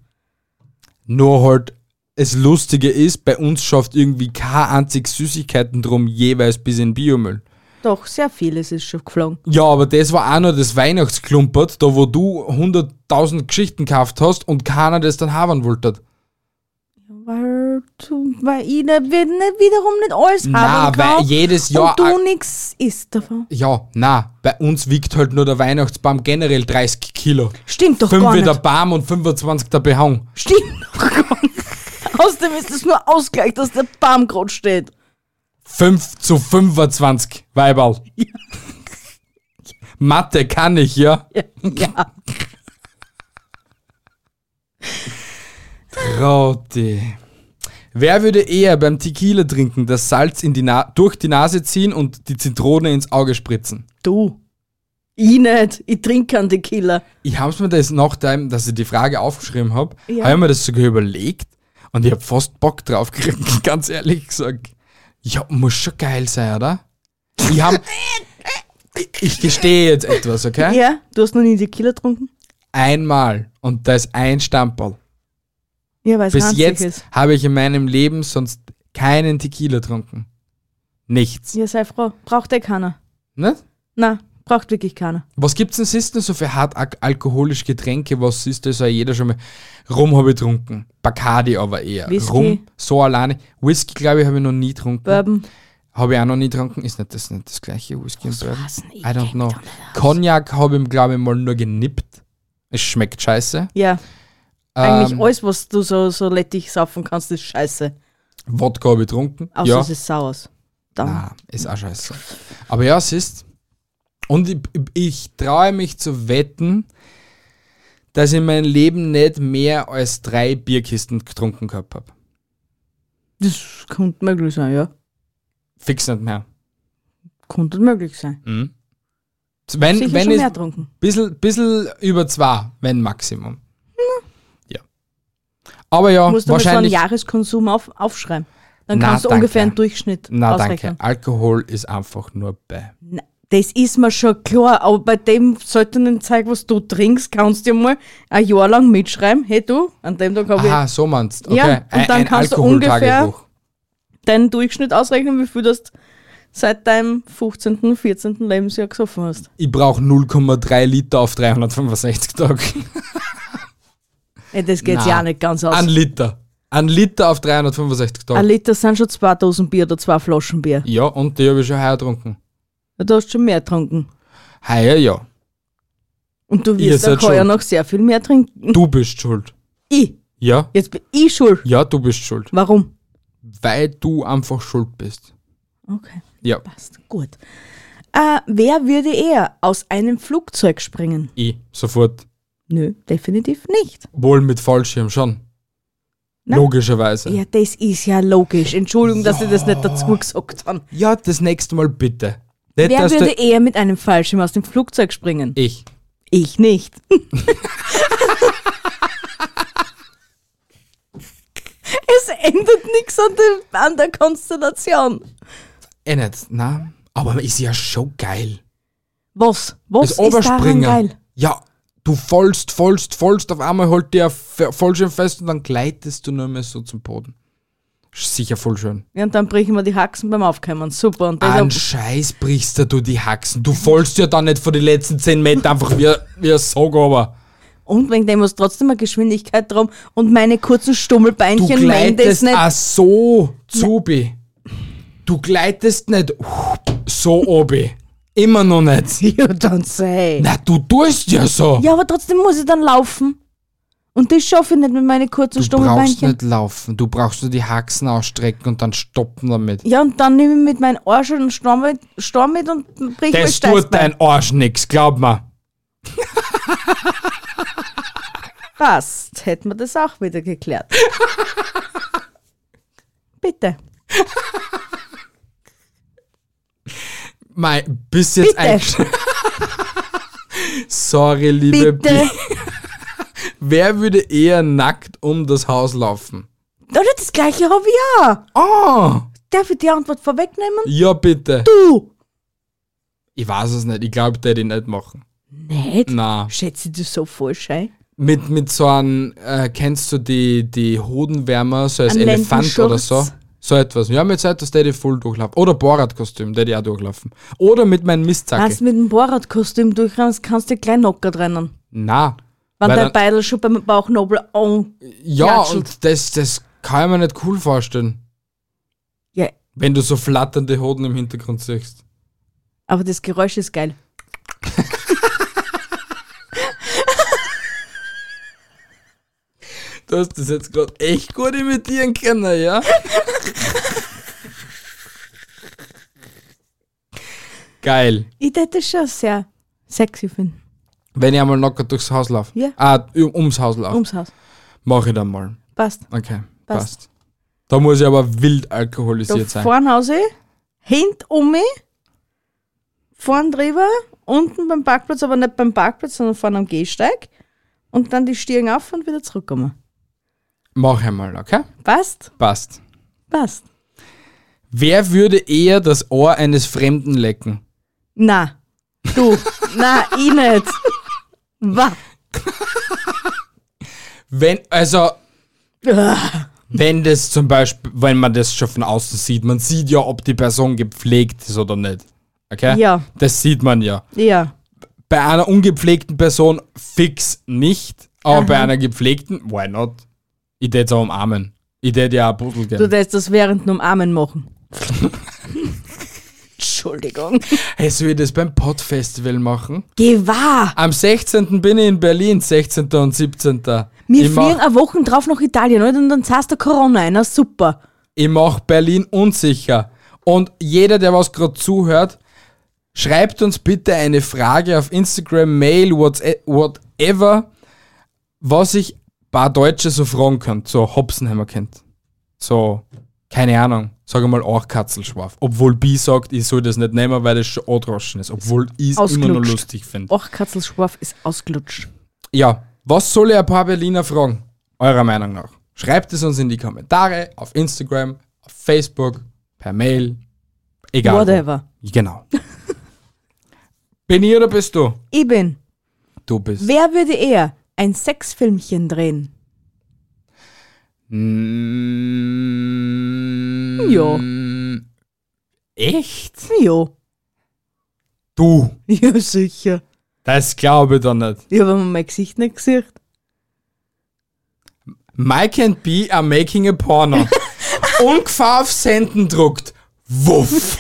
[SPEAKER 1] Nur halt, das Lustige ist, bei uns schafft irgendwie kein einzig Süßigkeiten drum jeweils bis in Biomüll.
[SPEAKER 2] Doch, sehr vieles ist schon geflogen.
[SPEAKER 1] Ja, aber das war auch noch das Weihnachtsklumpert, da wo du 100.000 Geschichten gekauft hast und keiner das dann haben wollte.
[SPEAKER 2] Weil, du- weil ich nicht, wir nicht, wiederum nicht alles
[SPEAKER 1] Na,
[SPEAKER 2] haben
[SPEAKER 1] weil
[SPEAKER 2] kann
[SPEAKER 1] jedes Jahr.
[SPEAKER 2] und du nix isst davon.
[SPEAKER 1] ja, na, bei uns wiegt halt nur der Weihnachtsbaum generell 30 Kilo.
[SPEAKER 2] Stimmt doch gar
[SPEAKER 1] Fünf
[SPEAKER 2] nicht.
[SPEAKER 1] der Baum und 25 der Behang.
[SPEAKER 2] Stimmt doch gar nicht. Außerdem ist es nur Ausgleich, dass der Baum gerade steht.
[SPEAKER 1] 5 zu 25, Weiberl. Mathe kann ich, ja?
[SPEAKER 2] Ja.
[SPEAKER 1] Rote. Wer würde eher beim Tequila trinken das Salz in die Na durch die Nase ziehen und die Zitrone ins Auge spritzen?
[SPEAKER 2] Du. Ich nicht. Ich trinke keinen Tequila.
[SPEAKER 1] Ich hab's mir das nachdem, dass ich die Frage aufgeschrieben hab,
[SPEAKER 2] Ja.
[SPEAKER 1] hab ich mir das sogar überlegt und ich hab fast Bock drauf gekriegt, ganz ehrlich gesagt. Ja, muss schon geil sein, oder? Ich hab. ich gestehe jetzt etwas, okay?
[SPEAKER 2] Ja? Du hast noch nie Tequila getrunken?
[SPEAKER 1] Einmal und da ist ein Stamperl.
[SPEAKER 2] Ja, weil es
[SPEAKER 1] Bis
[SPEAKER 2] ranzig
[SPEAKER 1] jetzt
[SPEAKER 2] ist.
[SPEAKER 1] habe ich in meinem Leben sonst keinen Tequila getrunken. Nichts.
[SPEAKER 2] Ja, sei froh. Braucht eh keiner.
[SPEAKER 1] Ne?
[SPEAKER 2] Na, braucht wirklich keiner.
[SPEAKER 1] Was gibt's denn sonst noch so für hart ak- alkoholische Getränke? Was ist das? Auch jeder schon mal. Rum habe ich getrunken. Bacardi aber eher.
[SPEAKER 2] Whisky.
[SPEAKER 1] Rum, so alleine. Whisky, glaube ich, habe ich noch nie getrunken.
[SPEAKER 2] Bourbon.
[SPEAKER 1] Habe ich auch noch nie getrunken. Ist nicht das, nicht das gleiche Whisky und Bourbon?
[SPEAKER 2] was? Ich
[SPEAKER 1] I don't
[SPEAKER 2] kenn
[SPEAKER 1] know.
[SPEAKER 2] mich doch nicht aus.
[SPEAKER 1] Cognac habe ich, glaube ich, mal nur genippt. Es schmeckt scheiße.
[SPEAKER 2] Ja, eigentlich
[SPEAKER 1] Ähm,
[SPEAKER 2] alles, was du so, so lettig saufen kannst, ist scheiße.
[SPEAKER 1] Wodka habe ich getrunken.
[SPEAKER 2] Außer
[SPEAKER 1] ja.
[SPEAKER 2] es ist sauer. Dann.
[SPEAKER 1] Ah, ist auch scheiße. Aber ja, siehst Und ich, ich traue mich zu wetten, dass ich mein Leben nicht mehr als drei Bierkisten getrunken gehabt habe.
[SPEAKER 2] Das könnte möglich sein, ja.
[SPEAKER 1] Fix nicht mehr.
[SPEAKER 2] Könnte möglich sein.
[SPEAKER 1] Mhm. Wenn,
[SPEAKER 2] Sicher
[SPEAKER 1] wenn
[SPEAKER 2] schon
[SPEAKER 1] ich
[SPEAKER 2] mehr trunken.
[SPEAKER 1] bisschen, bisschen über zwei, wenn Maximum. Ja. Aber ja,
[SPEAKER 2] Du musst aber so einen
[SPEAKER 1] Oh, wahrscheinlich.
[SPEAKER 2] Jahreskonsum auf, aufschreiben. Dann
[SPEAKER 1] Na,
[SPEAKER 2] kannst du
[SPEAKER 1] danke.
[SPEAKER 2] ungefähr einen Durchschnitt
[SPEAKER 1] Na danke.
[SPEAKER 2] ausrechnen.
[SPEAKER 1] Alkohol ist einfach nur bei.
[SPEAKER 2] Na, Das ist mir schon klar, aber bei dem seltenen Zeug, was du trinkst, kannst du ja mal ein Jahr lang mitschreiben. Hey du, an dem Tag habe ich
[SPEAKER 1] Aha, so meinst du. Okay.
[SPEAKER 2] Ja, und
[SPEAKER 1] ein-
[SPEAKER 2] dann
[SPEAKER 1] ein
[SPEAKER 2] kannst du
[SPEAKER 1] Alkoholtagebuch.
[SPEAKER 2] ungefähr- deinen Durchschnitt ausrechnen, wie viel du seit deinem 15., 14. Lebensjahr gesoffen hast.
[SPEAKER 1] Ich brauche 0,3 Liter auf 365 Tage.
[SPEAKER 2] Ey, das geht
[SPEAKER 1] Na,
[SPEAKER 2] ja auch nicht ganz aus.
[SPEAKER 1] Ein Liter. Ein Liter auf 365
[SPEAKER 2] Ein
[SPEAKER 1] Tage.
[SPEAKER 2] Liter sind schon zwei Dosen Bier oder zwei Flaschen Bier.
[SPEAKER 1] Ja, und die habe ich schon heuer getrunken.
[SPEAKER 2] Du hast schon mehr getrunken.
[SPEAKER 1] Heuer ja.
[SPEAKER 2] Und du
[SPEAKER 1] Ihr
[SPEAKER 2] wirst
[SPEAKER 1] seid
[SPEAKER 2] auch heuer
[SPEAKER 1] schuld.
[SPEAKER 2] noch sehr viel mehr trinken.
[SPEAKER 1] Du bist schuld.
[SPEAKER 2] Ich.
[SPEAKER 1] Ja?
[SPEAKER 2] Jetzt bin ich schuld.
[SPEAKER 1] Ja, du bist schuld.
[SPEAKER 2] Warum?
[SPEAKER 1] Weil du einfach schuld bist.
[SPEAKER 2] Okay,
[SPEAKER 1] Ja.
[SPEAKER 2] passt. Gut. Äh, wer würde eher aus einem Flugzeug springen?
[SPEAKER 1] Ich. Sofort.
[SPEAKER 2] Nö, definitiv nicht.
[SPEAKER 1] Wohl mit Fallschirm schon.
[SPEAKER 2] Nein.
[SPEAKER 1] Logischerweise. Ja.
[SPEAKER 2] Ja, das ist ja logisch. Entschuldigung, dass ich das nicht dazu gesagt habe.
[SPEAKER 1] das nächste Mal bitte. Nicht,
[SPEAKER 2] Wer
[SPEAKER 1] dass du-
[SPEAKER 2] würde eher mit einem Fallschirm aus dem Flugzeug springen?
[SPEAKER 1] ich.
[SPEAKER 2] Ich nicht. es ändert nichts an, dem- an der Konstellation.
[SPEAKER 1] Eh nicht. Nein. Aber ist ja schon geil.
[SPEAKER 2] Was? Was
[SPEAKER 1] Das
[SPEAKER 2] ist daran
[SPEAKER 1] Oberspringen.
[SPEAKER 2] geil?
[SPEAKER 1] Ja, Du fallst, fallst, fallst, auf einmal holt dir ein Fe- Fallschirm fest und dann gleitest du nur mehr so zum Boden. Sicher voll schön.
[SPEAKER 2] Ja, und dann brechen wir die Haxen beim Aufkämmen. Super. Und also,
[SPEAKER 1] An
[SPEAKER 2] das
[SPEAKER 1] Scheiß brichst du die Haxen. Du fallst ja dann nicht vor die letzten 10 Meter einfach wie, wie ein Saugober.
[SPEAKER 2] und wegen dem muss trotzdem eine Geschwindigkeit drum und meine kurzen
[SPEAKER 1] Du
[SPEAKER 2] Stummelbeinchen meinen das
[SPEAKER 1] gleitest
[SPEAKER 2] nicht. Ne.
[SPEAKER 1] auch so, Zubi. Du gleitest nicht so, Obi. Immer noch nicht.
[SPEAKER 2] You don't say.
[SPEAKER 1] Na, du tust ja so.
[SPEAKER 2] Ja, aber trotzdem muss ich dann laufen. Und das schaffe ich nicht mit meinen kurzen
[SPEAKER 1] du brauchst
[SPEAKER 2] Stummelbeinchen.
[SPEAKER 1] nicht laufen. Du brauchst nur die Haxen ausstrecken und dann stoppen damit.
[SPEAKER 2] Ja, und dann nehme ich mit meinen Arsch und Sturm mit, Sturm mit und brich mir
[SPEAKER 1] Das tut
[SPEAKER 2] Steißbein.
[SPEAKER 1] dein Arsch nix, glaub mir.
[SPEAKER 2] Passt. Hätten wir das auch wieder geklärt. Bitte.
[SPEAKER 1] Mei, bist jetzt
[SPEAKER 2] Bitte.
[SPEAKER 1] ein... Sorry, liebe
[SPEAKER 2] Bitte.
[SPEAKER 1] Bi- Wer würde eher nackt um das Haus laufen?
[SPEAKER 2] Oder das gleiche habe ich auch.
[SPEAKER 1] Oh!
[SPEAKER 2] Darf ich die Antwort vorwegnehmen?
[SPEAKER 1] Ja, bitte.
[SPEAKER 2] Du!
[SPEAKER 1] Ich weiß es nicht. Ich glaube, der ihn nicht machen.
[SPEAKER 2] Nicht?
[SPEAKER 1] Na,
[SPEAKER 2] Schätze ich das so falsch ein?
[SPEAKER 1] mit mit so einem äh, kennst du die die Hodenwärmer so als
[SPEAKER 2] Ein
[SPEAKER 1] Elefant oder so?
[SPEAKER 2] Lendenschurz.
[SPEAKER 1] So etwas. Ja, mit so etwas, der die voll durchlaufen. Oder Borat-Kostüm, der die auch durchlaufen. Oder mit meinem Mistzacke.
[SPEAKER 2] Kannst mit dem Borat-Kostüm durchrennst, kannst du gleich Nocker trennen.
[SPEAKER 1] Na.
[SPEAKER 2] Wenn
[SPEAKER 1] Weil
[SPEAKER 2] dein
[SPEAKER 1] dann-
[SPEAKER 2] Beidel schon beim Bauchnobel an.
[SPEAKER 1] ja,
[SPEAKER 2] Klatschelt.
[SPEAKER 1] und das, das kann ich mir nicht cool vorstellen,
[SPEAKER 2] Ja,
[SPEAKER 1] wenn du so flatternde Hoden im Hintergrund siehst.
[SPEAKER 2] aber das Geräusch ist geil.
[SPEAKER 1] Du hast das jetzt gerade echt gut imitieren können, ja? Geil.
[SPEAKER 2] Ich hätte das schon sehr sexy finden.
[SPEAKER 1] Wenn ich einmal locker durchs Haus laufe.
[SPEAKER 2] Ja.
[SPEAKER 1] Ah, um- ums Haus laufe.
[SPEAKER 2] Ums Haus.
[SPEAKER 1] Mach ich dann mal.
[SPEAKER 2] Passt.
[SPEAKER 1] Okay,
[SPEAKER 2] Passt.
[SPEAKER 1] passt. Da muss ich aber wild
[SPEAKER 2] Da
[SPEAKER 1] alkoholisiert sein.
[SPEAKER 2] vorn raus, hinten um mich, vorn drüber, unten beim Parkplatz, aber nicht beim Parkplatz, sondern vorn am Gehsteig. Und dann die Stirn auf und wieder zurückkommen.
[SPEAKER 1] Mach einmal, okay?
[SPEAKER 2] Passt?
[SPEAKER 1] Passt.
[SPEAKER 2] Passt.
[SPEAKER 1] Wer würde eher das Ohr eines Fremden lecken?
[SPEAKER 2] Na, du, na, ich nicht. Wa.
[SPEAKER 1] Wenn, also, wenn das zum Beispiel, wenn man das schon von außen sieht, man sieht ja, ob die Person gepflegt ist oder nicht. Okay?
[SPEAKER 2] Ja.
[SPEAKER 1] Das sieht man ja.
[SPEAKER 2] Ja,
[SPEAKER 1] Bei einer ungepflegten Person fix nicht, aber bei einer gepflegten, why not? Ich tät auch umarmen. Ich tät ja auch Pudel
[SPEAKER 2] du
[SPEAKER 1] geben.
[SPEAKER 2] darfst das während dem Umarmen machen. Entschuldigung.
[SPEAKER 1] Hey, soll ich das beim Pod-Festival machen?
[SPEAKER 2] Geh wahr.
[SPEAKER 1] Am 16. bin ich in Berlin, 16. und 17.
[SPEAKER 2] Wir
[SPEAKER 1] ich
[SPEAKER 2] fliegen
[SPEAKER 1] mach,
[SPEAKER 2] eine Woche drauf nach Italien, oder? Und dann zahlst du Corona ein. Na, super.
[SPEAKER 1] ich mach Berlin unsicher. Und jeder, der was gerade zuhört, schreibt uns bitte eine Frage auf Instagram, Mail, WhatsApp, whatever, was ich paar Deutsche so fragen könnt. So Hopsenheimer kennt. So, keine Ahnung, sag mal auch Katzelschwarf. Obwohl B sagt, ich soll das nicht nehmen, weil das schon androschen ist. Obwohl ich es immer noch
[SPEAKER 2] Ausgelutscht.
[SPEAKER 1] lustig finde.
[SPEAKER 2] Och, Katzelschwarf ist ausgelutscht.
[SPEAKER 1] Ja, was soll ich ein paar Berliner fragen? Eurer Meinung nach. Schreibt es uns in die Kommentare, auf Instagram, auf Facebook, per Mail. Egal. wo.
[SPEAKER 2] Whatever.
[SPEAKER 1] Genau. Bin ich oder bist du?
[SPEAKER 2] Ich bin.
[SPEAKER 1] Du bist.
[SPEAKER 2] Wer würde eher ein Sexfilmchen drehen?
[SPEAKER 1] Mm,
[SPEAKER 2] Ja.
[SPEAKER 1] Echt?
[SPEAKER 2] Jo.
[SPEAKER 1] Du.
[SPEAKER 2] Ja, sicher.
[SPEAKER 1] Das glaube ich doch nicht.
[SPEAKER 2] Ich habe mein Gesicht nicht gesehen.
[SPEAKER 1] Mike and B are making a porno. Ungefähr auf Senden druckt. Wuff.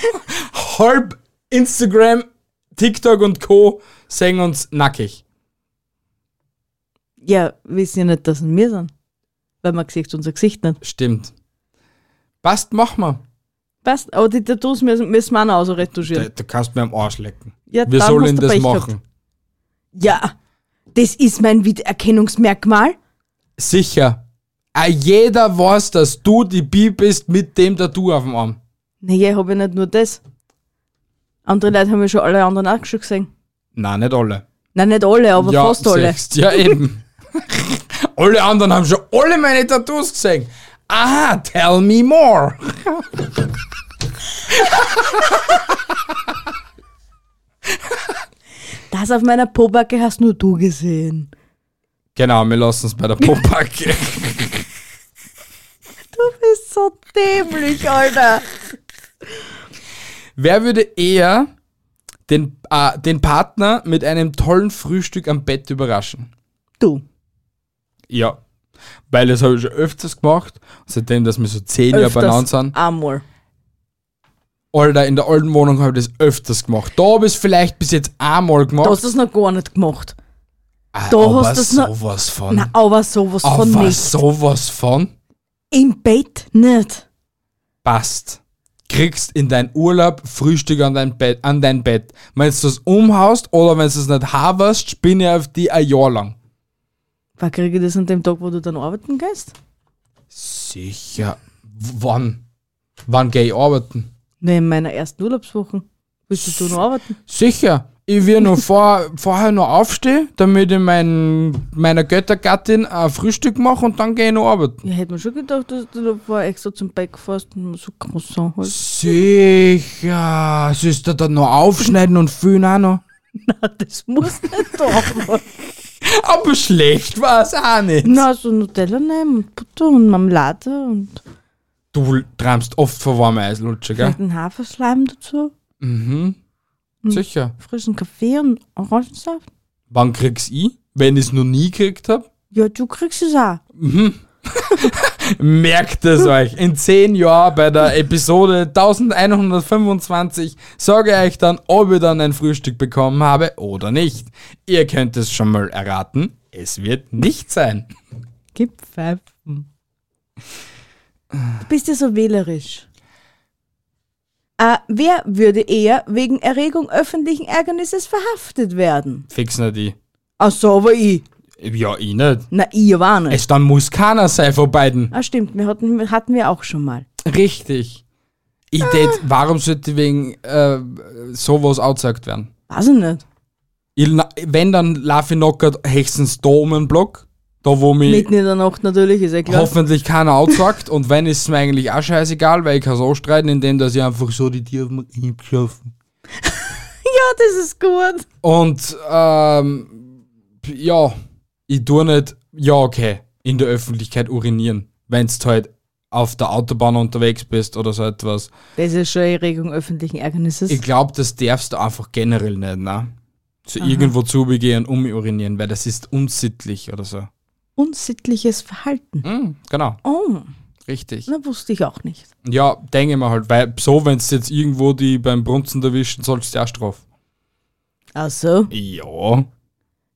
[SPEAKER 1] Halb Instagram, TikTok und Co. sehen uns nackig.
[SPEAKER 2] Ja, wissen ja nicht, dass es wir sind. Weil man sieht unser Gesicht nicht.
[SPEAKER 1] Stimmt. Passt, mach mal.
[SPEAKER 2] Passt, aber die Tattoos müssen, müssen wir auch noch so
[SPEAKER 1] Du,
[SPEAKER 2] retuschieren.
[SPEAKER 1] du kannst mir am Arsch lecken.
[SPEAKER 2] Ja,
[SPEAKER 1] Wir
[SPEAKER 2] dann
[SPEAKER 1] sollen
[SPEAKER 2] hast du
[SPEAKER 1] das
[SPEAKER 2] Pech
[SPEAKER 1] machen.
[SPEAKER 2] gehabt. Ja, das ist mein Wiedererkennungsmerkmal.
[SPEAKER 1] Sicher. Ah, jeder weiß, dass du die Bi bist mit dem Tattoo auf dem Arm.
[SPEAKER 2] Naja, ich habe ja nicht nur das. Andere Leute haben ja schon alle anderen auch schon gesehen.
[SPEAKER 1] Nein, nicht alle.
[SPEAKER 2] Nein, nicht alle, aber
[SPEAKER 1] ja,
[SPEAKER 2] fast alle.
[SPEAKER 1] siehst, ja, eben. alle anderen haben schon alle meine Tattoos gesehen. Aha, tell me more.
[SPEAKER 2] Das auf meiner Pobacke hast nur du gesehen.
[SPEAKER 1] Genau, wir lassen es bei der Popacke.
[SPEAKER 2] Du bist so dämlich, Alter.
[SPEAKER 1] Wer würde eher den, äh, den Partner mit einem tollen Frühstück am Bett überraschen?
[SPEAKER 2] Du.
[SPEAKER 1] Ja. Weil das habe ich schon öfters gemacht, seitdem, dass wir so zehn Jahre beieinander sind.
[SPEAKER 2] Amor.
[SPEAKER 1] Alter, in der alten Wohnung habe ich das öfters gemacht. Da habe ich es vielleicht bis jetzt einmal gemacht.
[SPEAKER 2] Du hast das noch gar nicht gemacht.
[SPEAKER 1] Ah,
[SPEAKER 2] da
[SPEAKER 1] aber
[SPEAKER 2] hast du's noch-
[SPEAKER 1] sowas von.
[SPEAKER 2] Na, aber sowas
[SPEAKER 1] aber
[SPEAKER 2] von nicht.
[SPEAKER 1] sowas von.
[SPEAKER 2] Im Bett nicht.
[SPEAKER 1] passt. Kriegst in dein Urlaub Frühstück an dein Bett. An dein Bett. Wenn du das umhaust oder wenn du es nicht haverst, spinne ich auf die ein Jahr lang.
[SPEAKER 2] Wann kriege ich das an dem Tag, wo du dann arbeiten gehst?
[SPEAKER 1] Sicher. W wann? Wann gehe ich arbeiten?
[SPEAKER 2] Nee, in meiner ersten Urlaubswoche. Willst du noch arbeiten?
[SPEAKER 1] Sicher. Ich will noch vor, vorher noch aufstehen, damit ich mein, meiner Göttergattin ein Frühstück mache und dann gehe ich noch arbeiten.
[SPEAKER 2] Ja, hätte man schon gedacht, dass du da war extra zum Bike fährst und so Croissant holst.
[SPEAKER 1] Sicher. Sollst du dann noch aufschneiden und füllen auch noch?
[SPEAKER 2] Na, das muss nicht da sein.
[SPEAKER 1] Aber schlecht war es auch nicht.
[SPEAKER 2] Na, so Nutella nehmen und Butter und Marmelade und
[SPEAKER 1] Du träumst oft von warmer Eislutsche, gell?
[SPEAKER 2] vielleicht einen Haferschleim dazu,
[SPEAKER 1] Mhm. Sicher.
[SPEAKER 2] frischen Kaffee und Orangensaft.
[SPEAKER 1] Wann krieg's ich? Wenn ich's noch nie gekriegt hab?
[SPEAKER 2] Ja, du kriegst es auch.
[SPEAKER 1] Merkt es euch. In zehn Jahren bei der Episode 1125 sage ich euch dann, ob ich dann ein Frühstück bekommen habe oder nicht. Ihr könnt es schon mal erraten. Es wird nicht sein.
[SPEAKER 2] Gib Pfeifen. Du bist ja so wählerisch. Äh, wer würde eher wegen Erregung öffentlichen Ärgernisses verhaftet werden?
[SPEAKER 1] Fix nicht ich.
[SPEAKER 2] Ach so, aber ich.
[SPEAKER 1] Ja, ich nicht.
[SPEAKER 2] Na, ich war nicht.
[SPEAKER 1] Es dann muss keiner sein von beiden.
[SPEAKER 2] Ah, stimmt, wir hatten, hatten wir auch schon mal.
[SPEAKER 1] Richtig. Ich tät, warum sollte ich wegen äh, sowas outsagt werden?
[SPEAKER 2] Weiß ich nicht.
[SPEAKER 1] Ich, la- wenn, dann laufe ich noch grad höchstens da um den Block, da wo mich
[SPEAKER 2] Mitten in der Nacht natürlich, ist ja klar.
[SPEAKER 1] hoffentlich keiner aussagt. und wenn, ist mir eigentlich auch scheißegal, weil ich kann so streiten, indem dass ich einfach so die Tiere auf mich hinschlafen.
[SPEAKER 2] ja, Ah, das ist gut.
[SPEAKER 1] Und ähm, ja, ich tue nicht, ja okay, in der Öffentlichkeit urinieren, wenn du halt auf der Autobahn unterwegs bist oder so etwas.
[SPEAKER 2] Das ist schon Erregung öffentlichen Ärgernisses.
[SPEAKER 1] Ich glaube, das darfst du einfach generell nicht, ne? Zu irgendwo zugehen, um urinieren, weil das ist unsittlich oder so.
[SPEAKER 2] Unsittliches Verhalten.
[SPEAKER 1] Hm, genau,
[SPEAKER 2] Oh,
[SPEAKER 1] richtig.
[SPEAKER 2] na wusste ich auch nicht.
[SPEAKER 1] Ja, denke ich mir halt, weil so, wenn du jetzt irgendwo die beim Brunzen erwischen, sollst du ja strafen.
[SPEAKER 2] Ach so.
[SPEAKER 1] Ja.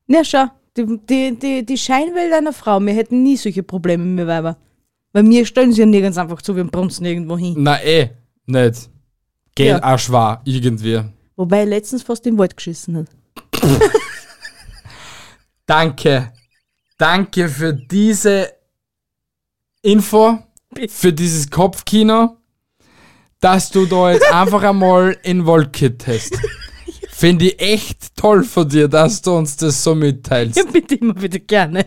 [SPEAKER 2] Na schau, die, die, die, die Scheinwelt einer Frau, wir hätten nie solche Probleme mit Weiber. Bei mir stellen sie ja nirgends einfach zu, wir brunzen irgendwo hin.
[SPEAKER 1] Na eh, nicht. Geht
[SPEAKER 2] Ja.
[SPEAKER 1] auch schwer, irgendwie.
[SPEAKER 2] Wobei ich letztens fast im Wald geschissen hat.
[SPEAKER 1] Danke. Danke für diese Info, für dieses Kopfkino, dass du da jetzt einfach einmal in Wolkit hast. Finde ich echt toll von dir, dass du uns das so mitteilst.
[SPEAKER 2] Ja, bitte immer bitte gerne.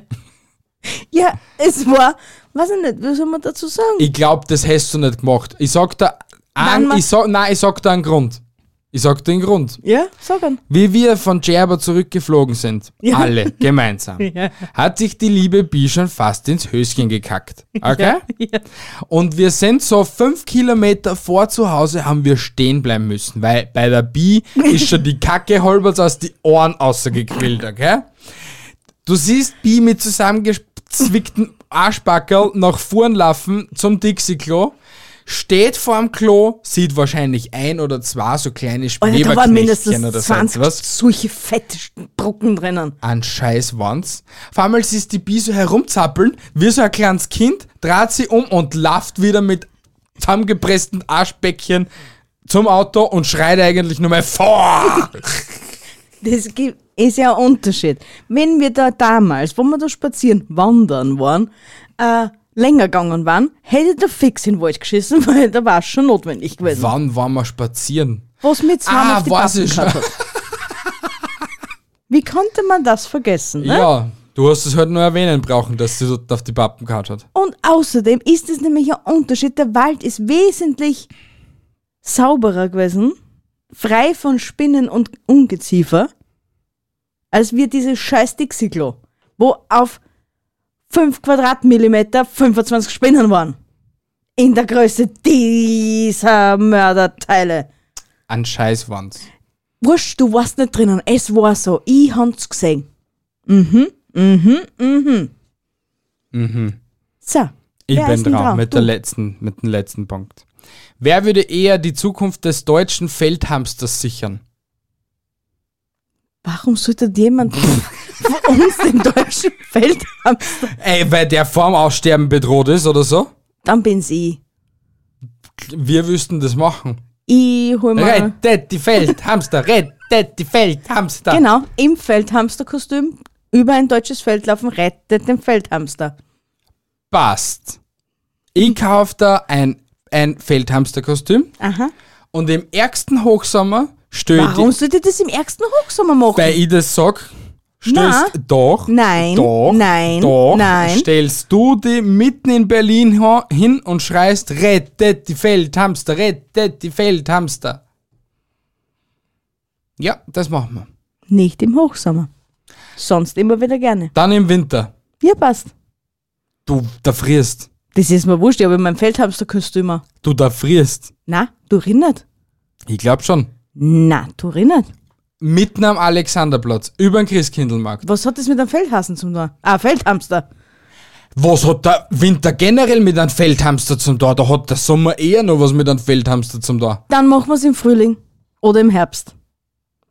[SPEAKER 2] ja, es war, weiß ich nicht, was soll man dazu sagen?
[SPEAKER 1] Ich glaube, das hast du nicht gemacht. Ich sag da,
[SPEAKER 2] Nein,
[SPEAKER 1] ein,
[SPEAKER 2] ma-
[SPEAKER 1] ich sag, nein, ich sag da einen Grund. Ich sag dir einen Grund.
[SPEAKER 2] ja, sag an.
[SPEAKER 1] Wie wir von Gerber zurückgeflogen sind,
[SPEAKER 2] Ja.
[SPEAKER 1] alle gemeinsam,
[SPEAKER 2] Ja.
[SPEAKER 1] hat sich die liebe Bi schon fast ins Höschen gekackt. Okay?
[SPEAKER 2] Ja.
[SPEAKER 1] Und wir sind so fünf Kilometer vor zu Hause, haben wir stehen bleiben müssen, weil bei der Bi ist schon die Kacke halbwegs aus die Ohren ausgegrillt, okay? Du siehst Bi mit zusammengezwickten Arschbackerl nach vorn laufen zum Dixie-Klo, steht vorm Klo, sieht wahrscheinlich ein oder zwei so kleine
[SPEAKER 2] Alter, da waren
[SPEAKER 1] Schneebaknächtchen oder
[SPEAKER 2] mindestens
[SPEAKER 1] so
[SPEAKER 2] 20
[SPEAKER 1] etwas
[SPEAKER 2] solche fette Brocken drinnen.
[SPEAKER 1] an Scheißwands. Auf einmal siehst die Bi so herumzappeln, wie so ein kleines Kind, dreht sie um und lauft wieder mit zusammengepressten Arschbäckchen zum Auto und schreit eigentlich nur mal vor.
[SPEAKER 2] Das gibt- ist ja ein Unterschied. Wenn wir da damals, wo wir da spazieren, wandern waren, äh, länger gegangen waren, hätte ich da fix in den Wald geschissen, weil da war es schon notwendig gewesen.
[SPEAKER 1] Wann waren wir spazieren?
[SPEAKER 2] Was mit zwei
[SPEAKER 1] Ah,
[SPEAKER 2] auf die
[SPEAKER 1] weiß
[SPEAKER 2] Pappen
[SPEAKER 1] ich
[SPEAKER 2] gehabt hat. Wie konnte man das vergessen? Ne?
[SPEAKER 1] Ja, du hast es heute nur erwähnen brauchen, dass sie dort auf die Pappen gehabt hat.
[SPEAKER 2] Und außerdem ist es nämlich ein Unterschied. Der Wald ist wesentlich sauberer gewesen, frei von Spinnen und Ungeziefer. als wir dieses scheiß Dixie-Klo, wo auf 5 Quadratmillimeter 25 Spinnen waren. In der Größe dieser Mörderteile.
[SPEAKER 1] An Scheißwand.
[SPEAKER 2] Wurscht, du warst nicht drinnen. Es war so. Ich hab's gesehen. Mhm, mhm, mhm.
[SPEAKER 1] Mhm.
[SPEAKER 2] So.
[SPEAKER 1] Ich
[SPEAKER 2] Wer
[SPEAKER 1] bin
[SPEAKER 2] ist denn
[SPEAKER 1] dran,
[SPEAKER 2] dran?
[SPEAKER 1] Mit,
[SPEAKER 2] Du.
[SPEAKER 1] der letzten, mit dem letzten Punkt. Wer würde eher die Zukunft des deutschen Feldhamsters sichern?
[SPEAKER 2] Warum sollte jemand von uns den deutschen Feldhamster?
[SPEAKER 1] Ey, weil der vorm Aussterben bedroht ist oder so?
[SPEAKER 2] Dann bin's ich.
[SPEAKER 1] Wir wüssten das machen.
[SPEAKER 2] Ich hol mir.
[SPEAKER 1] Rettet die Feldhamster, rettet die Feldhamster.
[SPEAKER 2] Genau, im Feldhamsterkostüm über ein deutsches Feld laufen, rettet den Feldhamster.
[SPEAKER 1] Passt. Ich kauf da ein, ein Feldhamsterkostüm
[SPEAKER 2] Aha.
[SPEAKER 1] und im ärgsten Hochsommer störe ich
[SPEAKER 2] Warum sollte das im ärgsten Hochsommer machen?
[SPEAKER 1] Weil ich das sag, stellst
[SPEAKER 2] Na.
[SPEAKER 1] doch,
[SPEAKER 2] Nein,
[SPEAKER 1] doch,
[SPEAKER 2] nein,
[SPEAKER 1] doch,
[SPEAKER 2] nein.
[SPEAKER 1] stellst du die mitten in Berlin ho- hin und schreist, rettet die Feldhamster, rettet die Feldhamster. Ja, das machen wir.
[SPEAKER 2] Nicht im Hochsommer. Sonst immer wieder gerne.
[SPEAKER 1] Dann im Winter.
[SPEAKER 2] Ja, passt.
[SPEAKER 1] Du, da frierst.
[SPEAKER 2] Das ist mir wurscht, ich habe mein Feldhamsterkostüm. an.
[SPEAKER 1] Du, da frierst.
[SPEAKER 2] Na, du rinnert?
[SPEAKER 1] Ich glaub schon.
[SPEAKER 2] Na, du rinnert.
[SPEAKER 1] Mitten am Alexanderplatz, über den Christkindlmarkt.
[SPEAKER 2] Was hat das mit einem Feldhasen zu tun? Ah, Feldhamster.
[SPEAKER 1] Was hat der Winter generell mit einem Feldhamster zum Da? Da hat der Sommer eher noch was mit einem Feldhamster zum Da.
[SPEAKER 2] Dann machen wir es im Frühling oder im Herbst.